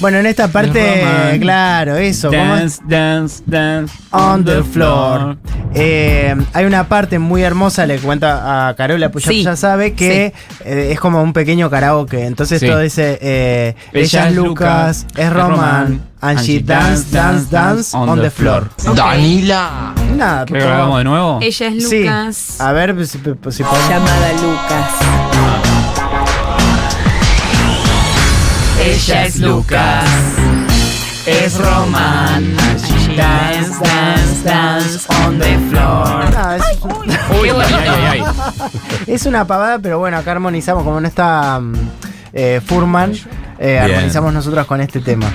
Bueno, en esta parte, Roman. claro, eso. ¿cómo es? Dance, dance, dance. On the floor. Eh, hay una parte muy hermosa, le cuenta a Carola, pues ya- Sí, ya sabe, que eh, es como un pequeño karaoke. Entonces Sí. todo dice, eh, Ella ella es es Lucas, Lucas, es es Roman, Roman, and she dance, dance, dance on the floor. Danila. Nada, por ¿Creo que lo hagamos favor. de nuevo? Ella es Sí, Lucas. a ver pues, si, pues, si podemos. Llamada Lucas. Ella es Lucas. Es Roman. Dance, dance, dance on the floor. Nada, Ah, es, Uy, ay, ay, ay. es una pavada, pero bueno, acá armonizamos, como no está mm, eh, Furman, eh, Bien. armonizamos nosotros con este tema.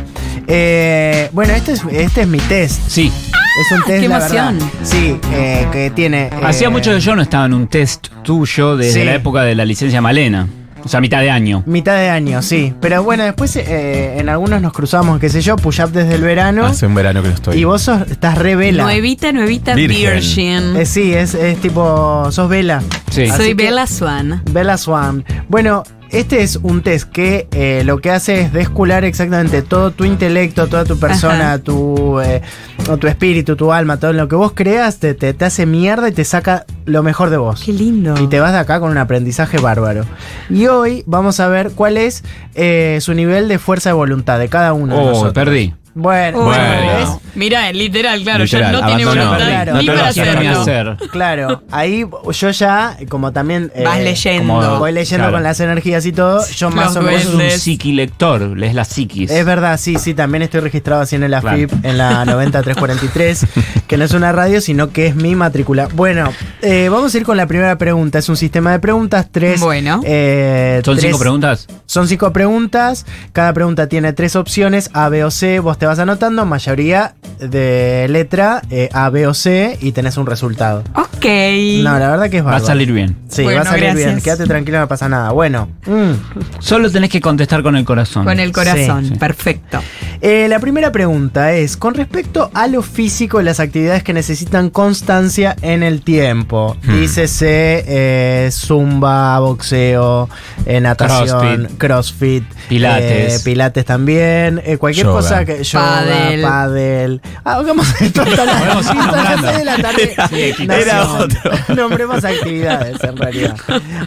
Eh, bueno, este es, este es mi test. Sí, Es un test, Ah, ¡Qué la verdad. emoción! Sí, eh, que tiene. hacía eh, mucho que yo no estaba en un test tuyo desde Sí. la época de la licencia Malena. O sea, mitad de año. Mitad de año, sí. Pero bueno, después eh, en algunos nos cruzamos, qué sé yo, push up desde el verano. Hace un verano que no estoy. y vos sos- estás re vela. Nuevita, nuevita Virgen. virgin. Eh, sí, es, es tipo, sos vela. Sí. así Soy que- Bella Swan. Bella Swan. Bueno, este es un test que eh, lo que hace es descular exactamente todo tu intelecto, toda tu persona, Ajá. tu, eh, o tu espíritu, tu alma, todo lo que vos creas, te, te, te hace mierda y te saca lo mejor de vos. Qué lindo. Y te vas de acá con un aprendizaje bárbaro. Y hoy vamos a ver cuál es eh, su nivel de fuerza de voluntad de cada uno de Oh, nosotros. perdí. Bueno, Bueno. Mira, literal, claro, ya Literal, no tiene abandono. voluntad Claro. ni No te para lo quiero hacerlo. ni hacer. ¿ves? claro, ahí yo ya, como también... eh, Vas leyendo. como- Voy leyendo Claro. con las energías y todo, yo más Los o Vos menos... sos un Duendes. psiquilector, lees las psiquis. Es verdad, sí, sí, también estoy registrado así en la Claro. FIP, en la 90343, que no es una radio, sino que es mi matrícula. Bueno, eh, vamos a ir con la primera pregunta. Es un sistema de preguntas, tres... Bueno. eh, ¿Son tres- cinco preguntas? Son cinco preguntas, cada pregunta tiene tres opciones, A, B o C, vos te vas anotando, mayoría de letra eh, A, B o C y tenés un resultado. Ok. No, la verdad que es Va a bárbaro. salir bien. Sí, va Bueno, a salir bien, gracias. quédate tranquilo, no pasa nada. Bueno, mm. Solo tenés que contestar con el corazón. Con el corazón, Sí, sí. perfecto. Eh, la primera pregunta es, con respecto a lo físico y las actividades que necesitan constancia en el tiempo, dícese eh, zumba, boxeo, eh, natación, crossfit, Pilates. eh, pilates también, eh, cualquier Yoga. cosa que... Yoga, Pádel. padel. Ah, hagamos esto hasta las Podemos ir hasta las nombrando. seis de la tarde. Era- era Nacional. Nombremos actividades en realidad.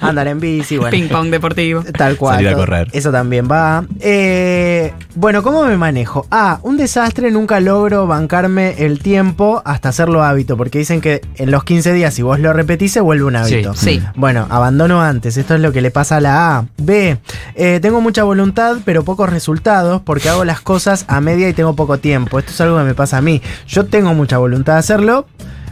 Andar en bici, bueno. Ping pong deportivo. Tal cual. Salir a todo. correr. Eso también va. Eh, bueno, ¿cómo me manejo? Ah, un desastre, nunca logro bancarme el tiempo hasta hacerlo hábito, porque dicen que en los 15 días, si vos lo repetís, se vuelve un hábito. Sí. Bueno, abandono antes, esto es lo que le pasa a la A. B, eh, tengo mucha voluntad, pero pocos resultados, porque hago las cosas a media y tengo poco tiempo. Esto es algo que me pasa a mí. Yo tengo mucha voluntad de hacerlo,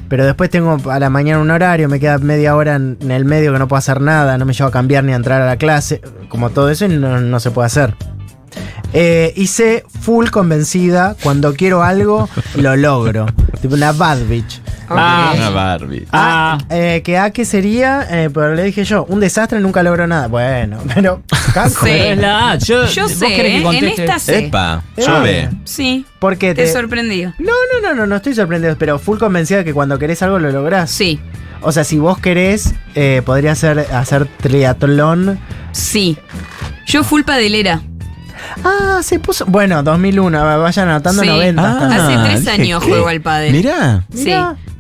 pero después tengo a la mañana un horario, me queda media hora en, en el medio que no puedo hacer nada, no me llevo a cambiar ni a entrar a la clase, como todo eso, y no, no se puede hacer. Eh, y C, full convencida, cuando quiero algo, lo logro. Tipo una bad bitch. Ah, Ok. Una Barbie. Ah, Eh, que A que sería, eh, pero le dije yo, un desastre nunca logró nada. Bueno, pero eh, Caco, Sí. pero es la A. Yo, Yo ¿vos sé, querés que ¿eh? en conteste? esta sé. Epa, Eh, yo ve. Sí, ¿Por qué te te.? sorprendió. no, no, no, no, no estoy sorprendido, pero full convencida que cuando querés algo lo lográs. Sí, O sea, si vos querés, eh, podría ser hacer triatlón. sí. Yo full padelera. Ah, se puso. Bueno, 2001, va- vayan anotando Sí. 90. hasta- Ah, hace tres años ¿qué? juego al pádel. Mirá. Mirá. Sí.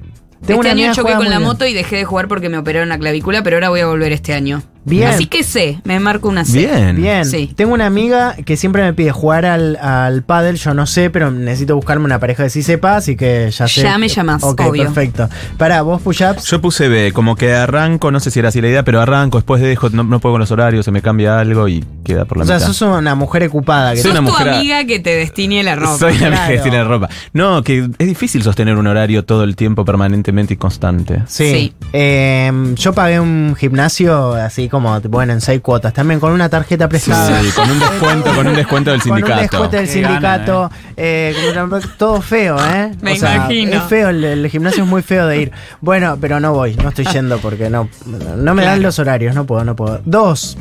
Tengo este una amiga año que choqué juega con muy la bien. moto y dejé de jugar porque me operaron la clavícula, pero ahora voy a volver este año. Bien. Así que sé, me marco una C. Bien. Bien. Sí. Tengo una amiga que siempre me pide jugar al, al pádel, yo no sé, pero necesito buscarme una pareja que sí sepa, así que ya sé. Ya me llamás, Ok, obvio. perfecto. Para vos push-ups. Yo puse B, como que arranco, no sé si era así la idea, pero arranco, después dejo, no, no puedo con los horarios, se me cambia algo y queda por la O sea, mitad. sos una mujer ocupada. Que Soy Sos una tu mujer a- amiga que te destine la ropa. Soy la Claro. que tiene ropa. No, que es difícil sostener un horario todo el tiempo permanentemente y constante. Sí. Sí. Eh, yo pagué un gimnasio así como, bueno, en seis cuotas. También con una tarjeta prestada. Sí, con un descuento, con un descuento del Con un sindicato. descuento del Qué sindicato. eh, como una- todo feo, ¿eh? Me imagino. Es feo, el, el gimnasio es muy feo de ir. Bueno, pero no voy, no estoy yendo porque no, no me dan los horarios, no puedo, no puedo. Dos,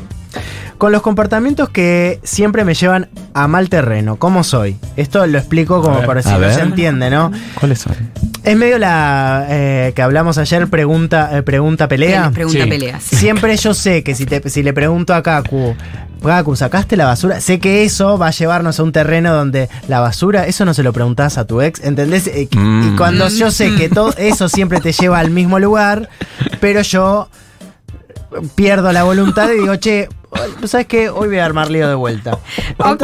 con los comportamientos que siempre me llevan a mal terreno, ¿cómo soy? Esto lo explico como ver, por si a no ver. se entiende, ¿no? ¿Cuáles son? Es medio la eh, que hablamos ayer, pregunta, eh, pregunta pelea. Pregunta Sí. peleas. Siempre yo sé que si, te- si le pregunto a Kaku, Gaku, ¿sacaste la basura? Sé que eso va a llevarnos a un terreno donde la basura, eso no se lo preguntás a tu ex, ¿entendés? Eh, Mm. Y cuando yo sé que todo eso siempre te lleva al mismo lugar, pero yo pierdo la voluntad y digo, che, ¿sabes qué? Hoy voy a armar lío de vuelta. Ok.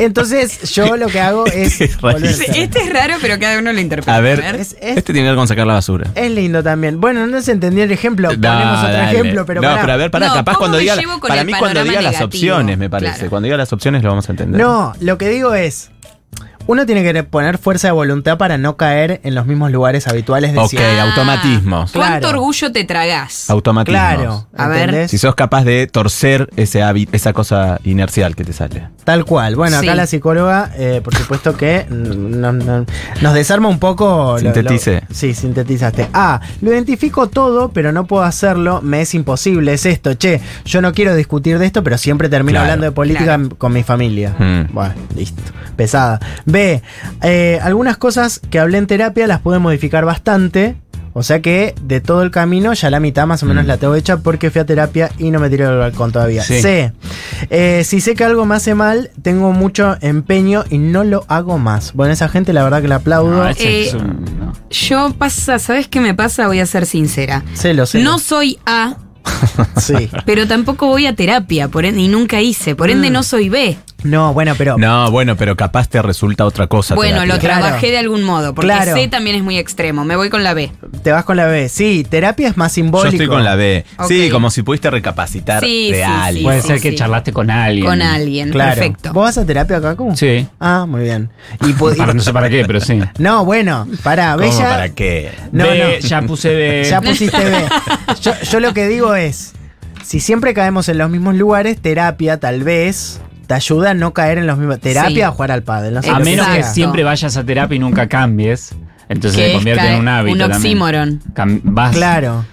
Entonces yo lo que hago es... Qué raro. volver a Sí, ser. Este es raro, pero cada uno lo interpreta. A ver. Es- es- Este tiene que ver con sacar la basura. es lindo también. Bueno, no se entendió el ejemplo. Ponemos No, otro dale. ejemplo, pero no, pará. pero a ver, pará, No, capaz ¿cómo cuando me diga. llevo con Para el mí, cuando panorama diga las negativo? opciones, me parece. Claro. Cuando diga las opciones, lo vamos a entender. No, lo que digo es. Uno tiene que poner fuerza de voluntad para no caer en los mismos lugares habituales de Ok, siempre. Ah, automatismos. Claro. ¿Cuánto orgullo te tragás? Automatismos. Claro, A ver. ¿entendés? Si sos capaz de torcer ese hábit- esa cosa inercial que te sale. Tal cual. Bueno, acá Sí. la psicóloga, eh, por supuesto que mm, no- no- nos desarma un poco. lo- Sintetice. lo- sí, sintetizaste. Ah, lo identifico todo, pero no puedo hacerlo. Me es imposible. Es esto, che. Yo no quiero discutir de esto, pero siempre termino Claro. hablando de política Claro. m- con mi familia. Mm. Bueno, listo. Pesada. B. eh, algunas cosas que hablé en terapia las pude modificar bastante. O sea que de todo el camino ya la mitad más o menos Mm. la tengo hecha porque fui a terapia y no me tiré del balcón todavía. Sí. C. Eh, si sé que algo me hace mal, tengo mucho empeño y no lo hago más. Bueno, esa gente la verdad que la aplaudo. No, Ah, Ah, ese es Eh, un- no. Yo pasa, ¿sabes qué me pasa? Voy a ser sincera. Se lo sé. No soy A, Sí. pero tampoco voy a terapia, por ende, y nunca hice, por ende Mm. no soy B. No, bueno, pero. No, bueno, pero capaz te resulta otra cosa. Bueno, terapia. lo Claro. trabajé de algún modo, porque Claro. C también es muy extremo, me voy con la B. Te vas con la B. Sí, terapia es más Yo simbólico. estoy con la B. Ok. Sí, como si pudiste recapacitar Sí, sí, real. sí. Pues, Puede ser que sí. charlaste con alguien. Con alguien, Claro. perfecto. ¿Vos vas a terapia acá? ¿Cómo? Sí. Ah, muy bien. Y pu- y- Para- no sé para qué, pero sí. No, bueno, para, ¿Cómo? Bella. ¿Para qué? No, Ve, no. Ya puse de. Ya pusiste B. Yo, yo lo que digo es, si siempre caemos en los mismos lugares, terapia tal vez te ayuda a no caer en los mismos... Terapia Sí. o jugar al padre. No sé a lo menos que sea. Exacto. siempre vayas a terapia y nunca cambies. Entonces Que se es convierte cae- en un hábito. un también. oxímoron. Cam- vas- Claro.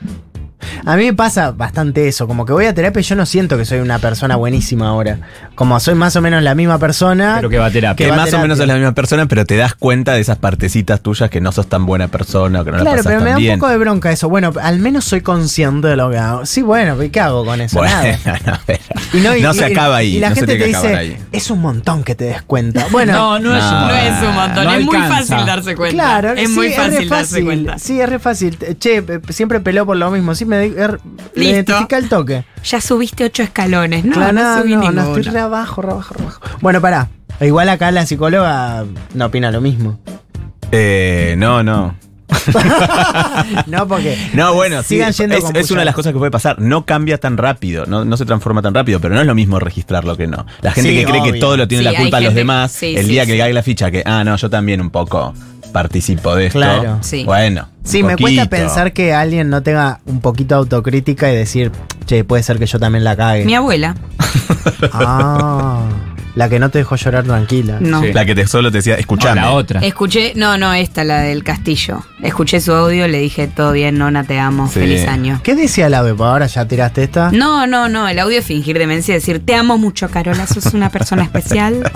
A mí me pasa bastante eso, como que voy a terapia y yo no siento que soy una persona buenísima ahora. Como soy más o menos la misma persona. Pero que va a terapia. Que va a más o terapia. menos es la misma persona, pero te das cuenta de esas partecitas tuyas que no sos tan buena persona o que no la Claro, pasas pero me tan da bien. un poco de bronca eso. Bueno, al menos soy consciente de lo que hago. Sí, bueno, ¿y ¿qué hago con eso? Bueno, Nada. a ver. Y no, y- No se y- acaba ahí, Y la no se gente tiene te que acabar dice, ahí. es un montón que te des cuenta. Bueno, No, no es un Ah, No. No es un montón, No es muy alcanza. fácil darse cuenta. Claro, es sí, muy re fácil, darse cuenta. Sí, es re fácil. Eh, Che, eh, siempre peló por lo mismo. Sí, me di- er- me Listo. identifica el toque. Ya subiste ocho escalones, no, Claro, no, subí no, ninguno. estoy re abajo, re abajo, re abajo. Bueno, pará. Igual acá la psicóloga no opina lo mismo. Eh, no, no. No, porque. No, bueno, sí, sigan yendo es, con es puya. una de las cosas que puede pasar. No cambia tan rápido, no, no se transforma tan rápido, pero no es lo mismo registrarlo que no. La gente Sí, que cree obvio. que todo lo tiene Sí, la culpa a hay los gente- demás, sí, el sí, día que sí. cae la ficha, que, ah, no, yo también un poco participo de esto. Claro. Sí. Bueno. Sí, un me cuesta poquito. pensar que alguien no tenga un poquito de autocrítica y decir, che, puede ser que yo también la Mi cague. abuela, Ah, la que no te dejó llorar tranquila. no. Sí. La que te solo te decía, O escuchame. la otra. Escuché, no, no, esta, la del castillo. Escuché su audio, le dije, todo bien, nona, te amo, Sí. feliz año. ¿Qué decía la Bepa? Ahora ya tiraste esta. No, no, no, el audio es fingir demencia y decir, te amo mucho, Carola, sos una persona especial.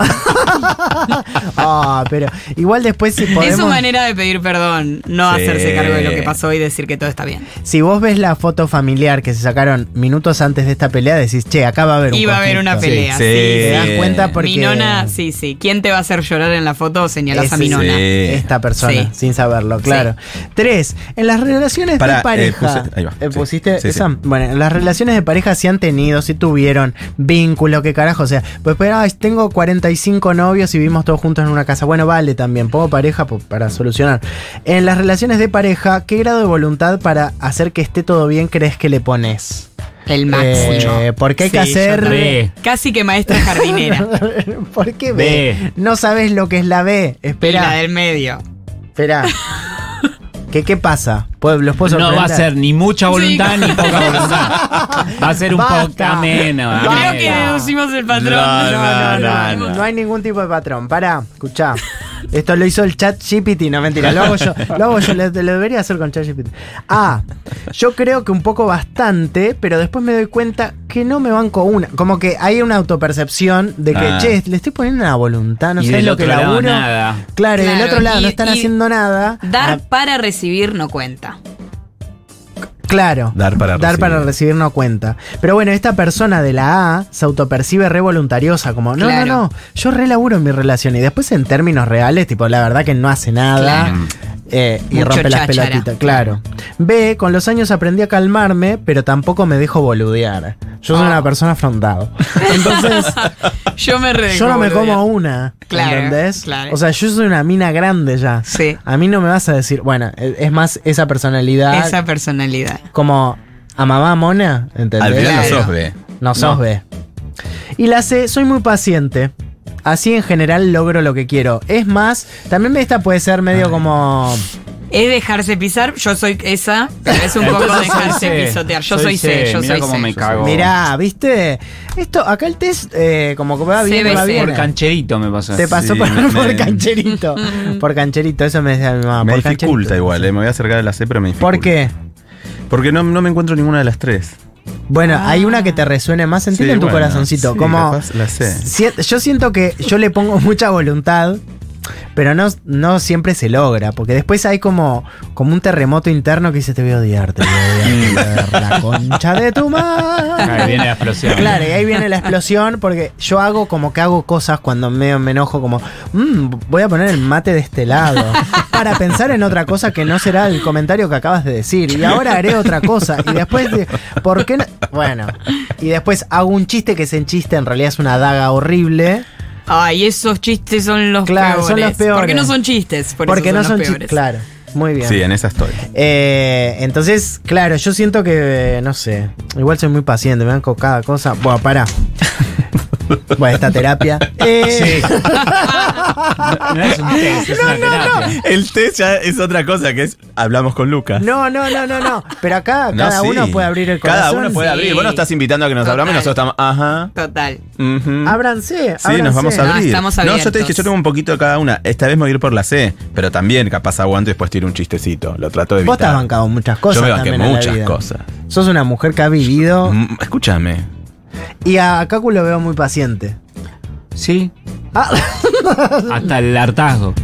Ah, pero igual después si podemos. Es su manera de pedir perdón, no Sí. hacerse cargo de lo que pasó y decir que todo está bien. Si vos ves la foto familiar que se sacaron minutos antes de esta pelea, decís, che, acá va a haber un Iba a haber conflicto". una Sí, pelea, sí. sí. Te das sí. cuenta porque. Mi nona, sí, sí. ¿Quién te va a hacer llorar en la foto? Señalás Es- a mi nona. sí. Esta persona, Sí. sin saberlo, claro. Tres, en las relaciones Pará, de eh, pareja. puse- ahí va, Eh, sí. ¿Pusiste Sí, esa? sí. Bueno, en las relaciones de pareja si han tenido, si tuvieron vínculo, qué carajo. O sea, pues pero, ay, tengo 45 novios y vivimos todos juntos en una casa. Bueno, vale también, pongo pareja po- para solucionar. En las relaciones de pareja, ¿qué grado de voluntad para hacer que esté todo bien crees que le pones? El máximo. Eh, porque hay que Sí, yo hacer- también. B. Casi que maestra jardinera. ¿Por qué B? B. No sabes lo que es la B. la Espera, del medio. espera. ¿Qué, ¿Qué pasa? ¿Puedo- ¿Los puedo No va a sorprender? ser ni mucha voluntad ni poca voluntad. Va a ser un Basta. poco ameno. Basta. ameno. Creo que deducimos el patrón. No, No, no, no, no, no. no hay ningún tipo de patrón. Pará, escuchá. Esto lo hizo el chat GPT, no mentira, lo hago yo, lo hago yo, lo, lo debería hacer con chat GPT. Ah, yo creo que un poco bastante, pero después me doy cuenta que no me banco una. Como que hay una autopercepción de que, Ah. che, le estoy poniendo una voluntad, no y sé del lo que otro lado laburo. nada. Claro, y del Claro, otro lado y- no están y haciendo nada. Dar para recibir no cuenta. Claro. Dar para recibir. recibir no cuenta. Pero bueno, esta persona de la A se autopercibe re voluntariosa, como, no, Claro. no, no, yo relaburo en mi relación. Y después en términos reales, tipo, la verdad que no hace nada. Claro. eh, y Mucho rompe las cháchara. pelotitas, claro. B, con los años aprendí a calmarme, pero tampoco me dejo boludear. Yo soy Ah. una persona afrontada. Entonces, Yo me re yo no me boludear. como una. Claro, ¿Entendés? claro. O sea, yo soy una mina grande ya. Sí. A mí no me vas a decir, bueno, e, es es más esa personalidad Esa personalidad. como a mamá mona, ¿entendés? Al final no Claro. sos B. No sos B. Y la C, soy muy paciente. Así en general logro lo que quiero. Es más, también esta puede ser medio como. Es dejarse pisar, yo soy esa, pero es un poco dejarse pisotear. Yo soy C, yo Mirá soy cómo C. me cago. Mirá, ¿viste? Esto, acá el test, eh, como que va bien, CBC. va bien. Por cancherito me pasó. Te pasó Sí, por, me- por me- cancherito. por cancherito, eso me decía mi mamá. Me Ah, por dificulta cancherito. igual, eh, me voy a acercar a la C, pero me dificulta. ¿Por qué? Porque no, no me encuentro ninguna de las tres. Bueno, hay una que te resuene más, sentite Sí, en tu bueno, corazoncito. sí, como capaz la sé. si- yo siento que yo le pongo mucha voluntad, pero no, no siempre se logra. Porque después hay como, como un terremoto interno que dice, te voy a odiar, te voy a odiar, te voy a odiar, la concha de tu Ahí madre. viene la explosión. Claro, y ahí viene la explosión, porque yo hago como que hago cosas cuando medio me enojo, como, "Mm, voy a poner el mate de este lado, para pensar en otra cosa que no será el comentario que acabas de decir, y ahora haré otra cosa, y después, de- ¿por qué no? Bueno, y después hago un chiste que ese chiste en realidad es una daga horrible, Ay, esos chistes son los Claro, peores. son los peores. Porque no son chistes, por eso porque no son son los chistes. peores. Claro, muy bien. Sí, en esa estoy. Eh, entonces, claro, yo siento que, no sé, igual soy muy paciente, me dan con cada cosa. Bueno, pará. Bueno, esta terapia. Eh, No es un test, es una terapia. El test ya es otra cosa, que es hablamos con Lucas. No, no, no, no, no. Pero acá No, cada sí. uno puede abrir el corazón. Cada uno puede Sí. abrir. Vos nos estás invitando a que nos Total. hablamos y nosotros estamos. Ajá. Total. ujú. Ábranse, Sí, nos vamos a No, abrir. Ah, estamos yo te dije, abiertos. yo tengo un poquito de cada una. Esta vez me voy a ir por la C, pero también capaz aguanto y después tiro un chistecito. Lo trato de Vos evitar. te has bancado muchas cosas. Yo me banqué también en la muchas vida. cosas. Sos una mujer que ha vivido. Mm, Escúchame. Y a Kaku lo veo muy paciente. Sí. Ah, Hasta el hartazgo.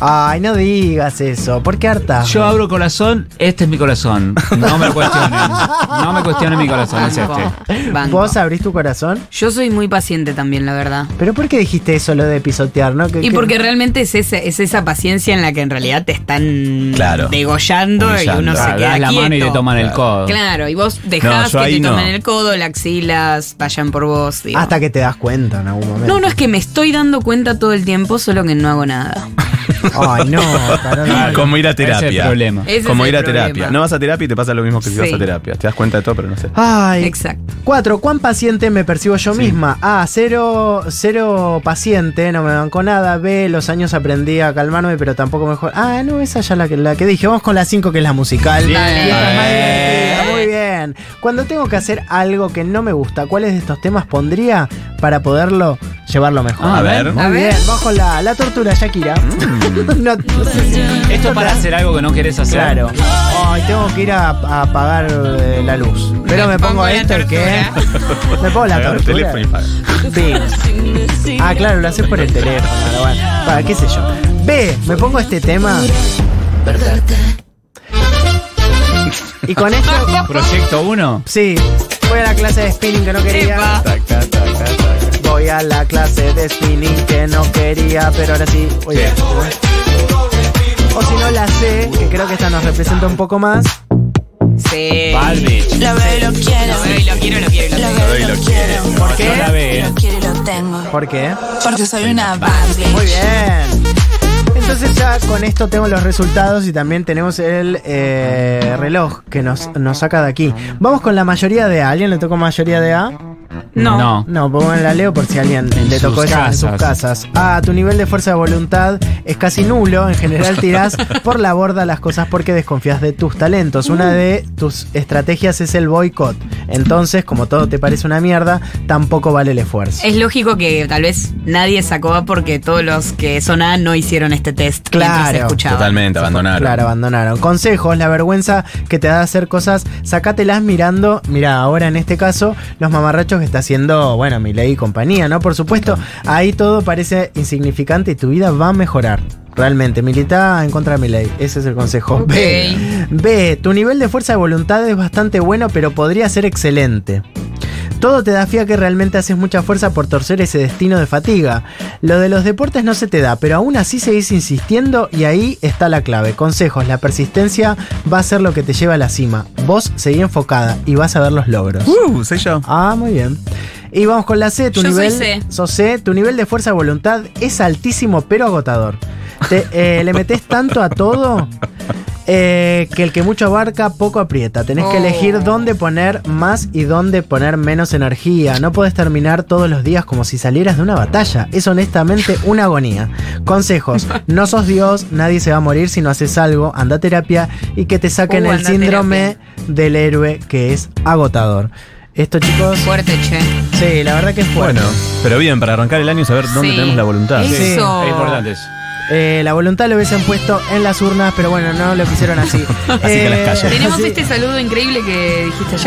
ay, no digas eso. ¿Por qué harta? Yo abro corazón, este es mi corazón. No me cuestionen. No me cuestionen mi corazón, es este. Banco, banco. ¿Vos abrís tu corazón? Yo soy muy paciente también, la verdad. ¿Pero por qué dijiste eso, lo de pisotear, no? Que- Y que- porque realmente es esa, es esa paciencia en la que en realidad te están Claro. degollando y Humillando. uno se Ah, queda das la quieto. mano y te toman el Claro. codo. Claro, y vos dejás yo que te ahí no. tomen el codo, las axilas, vayan por vos. digo. Hasta que te das cuenta en algún momento. No, no es que me estoy dando cuenta todo el tiempo, solo que no hago nada. Ay, no, Carola. Como ir a Ese es terapia. el problema. Ese es Como el ir a problema. terapia. No vas a terapia y te pasa lo mismo que si Sí. vas a terapia. Te das cuenta de todo, pero no sé. Ay, Exacto. Cuatro, ¿cuán paciente me percibo yo misma? A, cero, cero paciente, no me bancó nada. B, los años aprendí a calmarme, pero tampoco mejor. Ah, no, esa ya la que, la que dije. Vamos con la cinco, que es la musical. Bien. Y esta es más Bien. divertida, muy bien. Cuando tengo que hacer algo que no me gusta, ¿cuáles de estos temas pondría para poderlo llevarlo mejor? Ah, a ver. Muy a ver. Mm. bien, vamos con la, la tortura, Shakira. No- no sé si- Esto para hacer algo que no querés hacer. Claro. Ay, tengo que ir a, a apagar eh, la luz. Pero me, pongo, la esto que. Me pongo la Agarra el tortura. teléfono y paga. Sí. Ah, claro, lo haces por el teléfono. pero bueno. Para, qué sé yo. B, me pongo este tema. Y con esto. Proyecto 1. Sí. Voy a la clase de spinning que no quería. Epa. Taca, taca, taca. Voy a la clase de spinning que no quería, pero ahora sí. Oye. O si no, la C, que creo que esta nos representa un poco más. Sí. Bad bitch. Lo veo y lo quiero. Lo veo y lo quiero, lo quiero, lo Lo quiero. veo y lo quiero. ¿Por Yo la qué? ve, eh. Lo quiero y lo tengo. ¿Por qué? Porque soy una bad bitch. Muy bien. Entonces ya con esto tengo los resultados y también tenemos el eh, reloj que nos, nos saca de aquí. Vamos con la mayoría de A. ¿Alguien le tocó mayoría de A? No. No. No, pongo en la leo por si a alguien En le sus tocó esa en sus casas. casas. A, tu nivel de fuerza de voluntad es casi nulo. En general tirás por la borda las cosas porque desconfías de tus talentos. Uh. Una de tus estrategias es el boicot. Entonces, como todo te parece una mierda, tampoco vale el esfuerzo. Es lógico que tal vez nadie sacó A porque todos los que son A no hicieron este test. mientras Claro. escuchaban. Totalmente, abandonaron. Claro, abandonaron. Consejos, la vergüenza que te da hacer cosas, sacátelas mirando, mira, ahora en este caso, los mamarrachos que estás haciendo, bueno, mi ley y compañía, ¿no? Por supuesto, ahí todo parece insignificante y tu vida va a mejorar. Realmente, milita en contra de mi ley. Ese es el consejo. Ok. B. B. Tu nivel de fuerza de voluntad es bastante bueno, pero podría ser excelente. Todo te da fía que realmente haces mucha fuerza por torcer ese destino de fatiga. Lo de los deportes no se te da, pero aún así seguís insistiendo y ahí está la clave. Consejos, la persistencia va a ser lo que te lleva a la cima. Vos seguí enfocada y vas a ver los logros. Uh, soy yo. Ah, muy bien. Y vamos con la C, tu Yo soy nivel. C. sos C, tu nivel de fuerza de voluntad es altísimo pero agotador. Te, eh, le metes tanto a todo eh, que el que mucho abarca poco aprieta. Tenés que Oh. elegir dónde poner más y dónde poner menos energía. No podés terminar todos los días como si salieras de una batalla. Es honestamente una agonía. Consejos: no sos Dios, nadie se va a morir si no haces algo. Anda a terapia y que te saquen Uh, el anda a síndrome del héroe que es agotador. Esto, chicos. Fuerte, che. Sí, la verdad que es fuerte. Bueno, pero bien, para arrancar el año y saber dónde Sí. tenemos la voluntad. Sí. Sí. Eso. Es importante eso. Eh, la voluntad lo hubiesen puesto en las urnas, pero bueno, no lo quisieron así. Eh, Así que a las calles. Tenemos así- este saludo increíble que dijiste ayer.